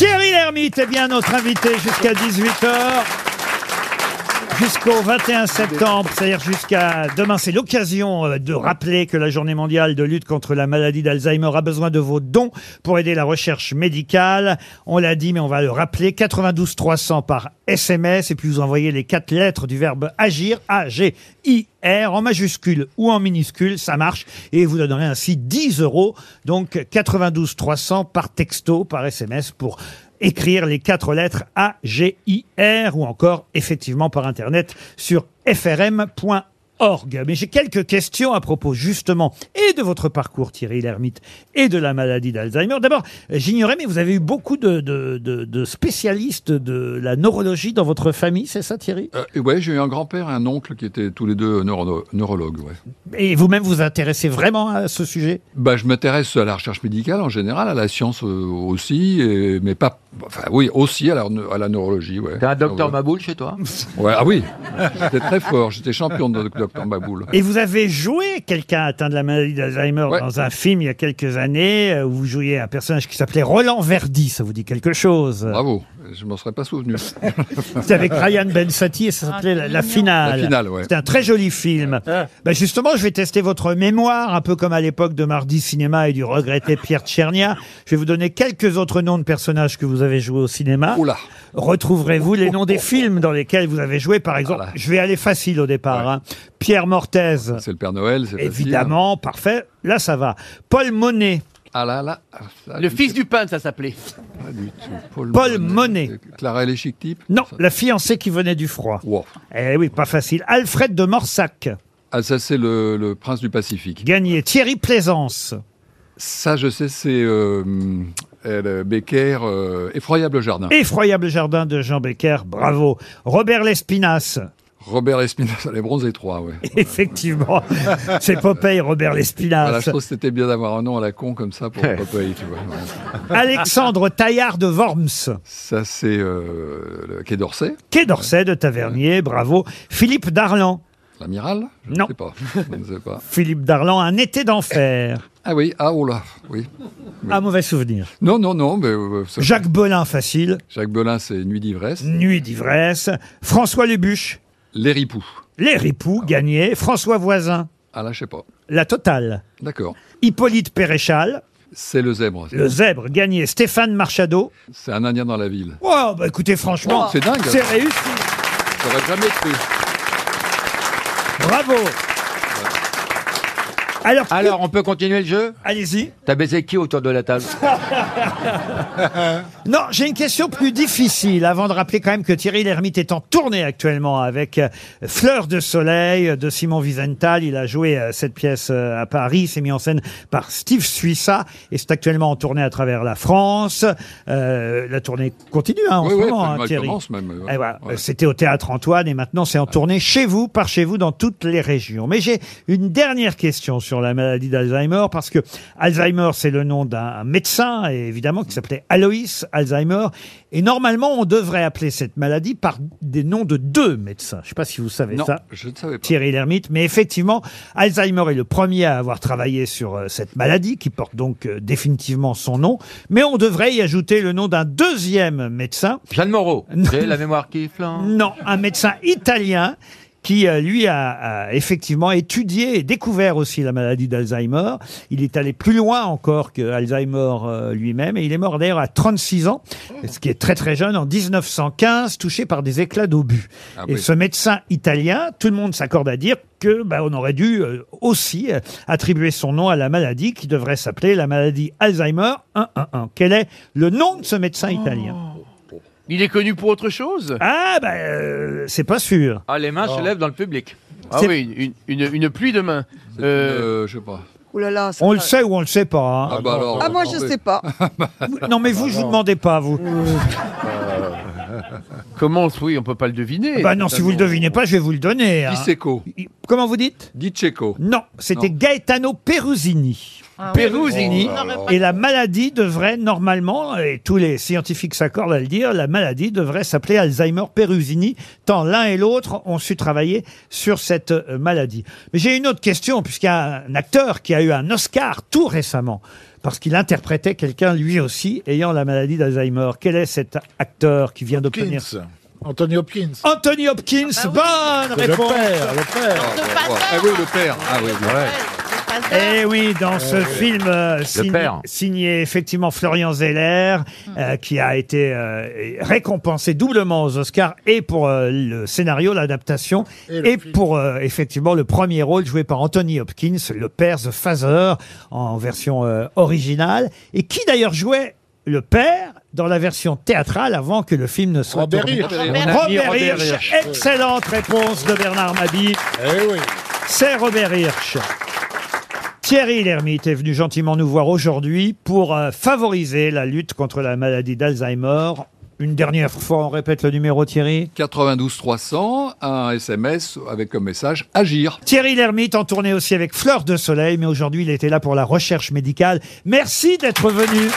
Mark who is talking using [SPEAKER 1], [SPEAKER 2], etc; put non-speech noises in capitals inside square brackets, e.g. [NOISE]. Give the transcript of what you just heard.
[SPEAKER 1] Lhermitte est bien notre invité jusqu'à 18h. Jusqu'au 21 septembre, c'est-à-dire jusqu'à demain, c'est l'occasion euh, de rappeler que la journée mondiale de lutte contre la maladie d'Alzheimer a besoin de vos dons pour aider la recherche médicale. On l'a dit, mais on va le rappeler, 92 300 par SMS, et puis vous envoyez les quatre lettres du verbe agir, A-G-I-R, en majuscule ou en minuscule, ça marche, et vous donnerez ainsi 10 euros, donc 92 300 par texto, par SMS pour écrire les quatre lettres A, G, I, R ou encore effectivement par internet sur frm.org. Mais j'ai quelques questions à propos justement et de votre parcours Thierry Lhermitte et de la maladie d'Alzheimer. D'abord, j'ignorais mais vous avez eu beaucoup de, de- de- de spécialistes de la neurologie dans votre famille, c'est ça Thierry
[SPEAKER 2] Euh, et ouais, j'ai eu un grand-père et un oncle qui étaient tous les deux neuro- neurologues. ouais.
[SPEAKER 1] Et vous-même vous intéressez vraiment à ce sujet
[SPEAKER 2] Bah, je m'intéresse à la recherche médicale en général, à la science euh, aussi, et- mais pas. Enfin, oui, aussi à la, neu- à la neurologie. Ouais.
[SPEAKER 3] T'es un
[SPEAKER 4] Ah
[SPEAKER 3] docteur
[SPEAKER 2] Ouais.
[SPEAKER 3] Maboul chez toi
[SPEAKER 2] Ouais, Ah oui, j'étais très fort, j'étais champion de docteur Maboul.
[SPEAKER 1] Et vous avez joué quelqu'un atteint de la maladie d'Alzheimer
[SPEAKER 2] Ouais.
[SPEAKER 1] dans un film il y a quelques années euh, où vous jouiez un personnage qui s'appelait Roland Verdi, ça vous dit quelque chose
[SPEAKER 2] Bravo, je m'en serais pas souvenu.
[SPEAKER 1] C'était avec Ryan Bensati et ça s'appelait la, La finale.
[SPEAKER 2] La finale, ouais.
[SPEAKER 1] C'était un très joli film. Bah, justement, je vais tester votre mémoire, un peu comme à l'époque de Mardi Cinéma et du regretté Pierre Tchernia. Je vais vous donner quelques autres noms de personnages que vous avez joués au cinéma.
[SPEAKER 2] Oula, Oh,
[SPEAKER 1] Retrouverez-vous les noms des films dans lesquels vous avez joué, par exemple.
[SPEAKER 2] Voilà.
[SPEAKER 1] Je vais aller facile au départ. hein. Pierre Mortez,
[SPEAKER 2] c'est le Père Noël, c'est facile.
[SPEAKER 1] évidemment, parfait. Là, ça va. Paul Monet,
[SPEAKER 2] Ah là là, ah, ça,
[SPEAKER 3] Le
[SPEAKER 2] du-
[SPEAKER 3] fils du pain, ça s'appelait.
[SPEAKER 2] pas du tout. Paul,
[SPEAKER 1] Paul Monet.
[SPEAKER 2] Euh, Clara et les chic types
[SPEAKER 1] non, la fiancée qui venait du froid.
[SPEAKER 2] Wow.
[SPEAKER 1] Eh oui, pas facile. Alfred de Morsac,
[SPEAKER 2] Ah, ça, c'est le, le prince du Pacifique.
[SPEAKER 1] gagné. Thierry Plaisance.
[SPEAKER 2] Ça, je sais, c'est euh, euh, le Becker, euh, Effroyable Jardin.
[SPEAKER 1] Effroyable jardin de Jean Becker, bravo. Robert Lespinasse, [LAUGHS]
[SPEAKER 2] Robert Espinosa, [LAUGHS] les bronzes et trois, ouais.
[SPEAKER 1] effectivement, c'est Popeye Robert
[SPEAKER 2] Voilà, je
[SPEAKER 1] Lespinasse.
[SPEAKER 2] trouve que c'était bien d'avoir un nom à la con comme ça pour Popeye, tu vois. Ouais.
[SPEAKER 1] Alexandre Taillard de Worms,
[SPEAKER 2] Ça, c'est euh, le Quai d'Orsay,
[SPEAKER 1] Quai d'Orsay de Tavernier, bravo. Philippe Darlan,
[SPEAKER 2] l'amiral Je
[SPEAKER 1] Non.
[SPEAKER 2] ne sais pas. Je ne sais pas.
[SPEAKER 1] Philippe Darlan, Un été d'enfer,
[SPEAKER 2] Ah oui, ah oh là, oui.
[SPEAKER 1] un mauvais souvenir.
[SPEAKER 2] Non, non, non, mais euh, ça- Jacques...
[SPEAKER 1] Jacques Belin, facile,
[SPEAKER 2] Belin, c'est Nuit d'ivresse.
[SPEAKER 1] Nuit d'ivresse. François Lebuche,
[SPEAKER 2] Les Ripoux.
[SPEAKER 1] Les Ripoux, gagné. François Voisin,
[SPEAKER 2] Ah là, je sais pas.
[SPEAKER 1] La Totale.
[SPEAKER 2] D'accord.
[SPEAKER 1] Hippolyte Péréchal,
[SPEAKER 2] C'est le zèbre.
[SPEAKER 1] Le Zèbre, gagné. Stéphane Marchado.
[SPEAKER 2] C'est un Indien dans la ville.
[SPEAKER 1] Wow, bah écoutez, franchement,
[SPEAKER 2] Oh, c'est dingue.
[SPEAKER 1] c'est réussi.
[SPEAKER 2] J'aurais jamais cru.
[SPEAKER 1] Bravo Alors,
[SPEAKER 3] Alors, on peut continuer le jeu
[SPEAKER 1] allez-y.
[SPEAKER 3] T'as baisé qui autour de la table
[SPEAKER 1] Non, j'ai une question plus difficile, avant de rappeler quand même que Thierry Lhermitte est en tournée actuellement avec euh, Fleur de Soleil euh, de Simon Wiesenthal. Il a joué euh, cette pièce euh, à Paris, c'est mis en scène par Steve Suissa, et c'est actuellement en tournée à travers la France. Euh, la tournée continue hein, en
[SPEAKER 2] Oui,
[SPEAKER 1] ce
[SPEAKER 2] oui,
[SPEAKER 1] moment, hein,
[SPEAKER 2] elle
[SPEAKER 1] Thierry.
[SPEAKER 2] commence même. ouais.
[SPEAKER 1] Eh voilà,
[SPEAKER 2] Ouais.
[SPEAKER 1] euh, C'était au théâtre Antoine et maintenant c'est en tournée chez vous, par chez vous, dans toutes les régions. Mais j'ai une dernière question sur la maladie d'Alzheimer parce que Alzheimer c'est le nom d'un médecin et évidemment qui s'appelait Aloïs Alzheimer et normalement on devrait appeler cette maladie par des noms de deux médecins. Je sais pas si vous savez
[SPEAKER 2] Non,
[SPEAKER 1] ça.
[SPEAKER 2] je ne savais pas.
[SPEAKER 1] Thierry Lhermitte, mais effectivement, Alzheimer est le premier à avoir travaillé sur euh, cette maladie qui porte donc euh, définitivement son nom, mais on devrait y ajouter le nom d'un deuxième médecin
[SPEAKER 3] [LAUGHS] Jeanne Moreau.
[SPEAKER 1] Non.
[SPEAKER 3] J'ai la mémoire qui flambe.
[SPEAKER 1] non, un médecin italien qui, euh, lui, a, a effectivement étudié et découvert aussi la maladie d'Alzheimer. Il est allé plus loin encore que Alzheimer euh, lui-même et il est mort d'ailleurs à 36 ans,
[SPEAKER 2] Oh.
[SPEAKER 1] ce qui est très très jeune, en 1915, touché par des éclats d'obus.
[SPEAKER 2] Ah
[SPEAKER 1] et
[SPEAKER 2] oui.
[SPEAKER 1] ce médecin italien, tout le monde s'accorde à dire que bah, on aurait dû euh, aussi euh, attribuer son nom à la maladie qui devrait s'appeler la maladie Alzheimer 111. Quel est le nom de ce médecin italien
[SPEAKER 2] Oh.
[SPEAKER 4] Il est connu pour autre chose
[SPEAKER 1] Ah bah euh, c'est pas sûr.
[SPEAKER 3] Ah, les mains se lèvent dans le public.
[SPEAKER 4] Ah
[SPEAKER 1] C'est-
[SPEAKER 4] oui, une, une- une pluie de mains. Euh,
[SPEAKER 2] Euh, je sais pas.
[SPEAKER 5] Ouh là là, ça
[SPEAKER 1] On le
[SPEAKER 5] va.
[SPEAKER 1] sait ou on le sait pas. hein.
[SPEAKER 2] Ah, bah alors.
[SPEAKER 5] Ah moi je
[SPEAKER 2] attendez.
[SPEAKER 5] sais pas.
[SPEAKER 1] Vous- Ah. Non mais vous, je vous demandais pas vous.
[SPEAKER 4] comment on- Oui, on peut pas le deviner.
[SPEAKER 1] Bah non, si vous le devinez pas, je vais vous le donner. hein.
[SPEAKER 2] Diceco.
[SPEAKER 1] Il- Comment vous dites
[SPEAKER 2] Diceco.
[SPEAKER 1] Non, c'était Gaetano Perusini.
[SPEAKER 3] Oh.
[SPEAKER 4] Perusini.
[SPEAKER 1] Et la maladie devrait normalement, et tous les scientifiques s'accordent à le dire, la maladie devrait s'appeler Alzheimer Perusini, tant l'un et l'autre ont su travailler sur cette euh, maladie. Mais j'ai une autre question, puisqu'il y a un acteur qui a eu un Oscar tout récemment parce qu'il interprétait quelqu'un lui aussi ayant la maladie d'Alzheimer. Quel est cet acteur qui vient d'obtenir
[SPEAKER 5] Hopkins. Anthony Hopkins.
[SPEAKER 1] Ah, Anthony Hopkins, bonne
[SPEAKER 5] C'est le
[SPEAKER 1] réponse.
[SPEAKER 5] père, le père.
[SPEAKER 2] Ah oui, le père. Ah oui, bien.
[SPEAKER 1] Eh oui, dans ce film euh, signé,
[SPEAKER 3] père.
[SPEAKER 1] signé effectivement Florian Zeller, euh, qui a été euh, récompensé doublement aux Oscars et pour euh, le scénario, l'adaptation,
[SPEAKER 5] Et le
[SPEAKER 1] et,
[SPEAKER 5] film.
[SPEAKER 1] pour euh, effectivement le premier rôle joué par Anthony Hopkins, le père The Father, en version euh, originale, et qui d'ailleurs jouait le père dans la version théâtrale avant que le film ne soit
[SPEAKER 5] Robert
[SPEAKER 1] tourné.
[SPEAKER 5] Hirsch.
[SPEAKER 1] Robert
[SPEAKER 3] Robert
[SPEAKER 1] Hirsch, excellente réponse de Bernard Mabie.
[SPEAKER 5] Eh oui.
[SPEAKER 1] C'est Robert Hirsch. Thierry Lhermitte est venu gentiment nous voir aujourd'hui pour euh, favoriser la lutte contre la maladie d'Alzheimer. Une dernière fois, on répète le numéro Thierry.
[SPEAKER 2] 92 300, un SMS avec comme message agir.
[SPEAKER 1] Thierry Lhermitte en tournée aussi avec Fleur de Soleil, mais aujourd'hui il était là pour la recherche médicale. Merci d'être venu.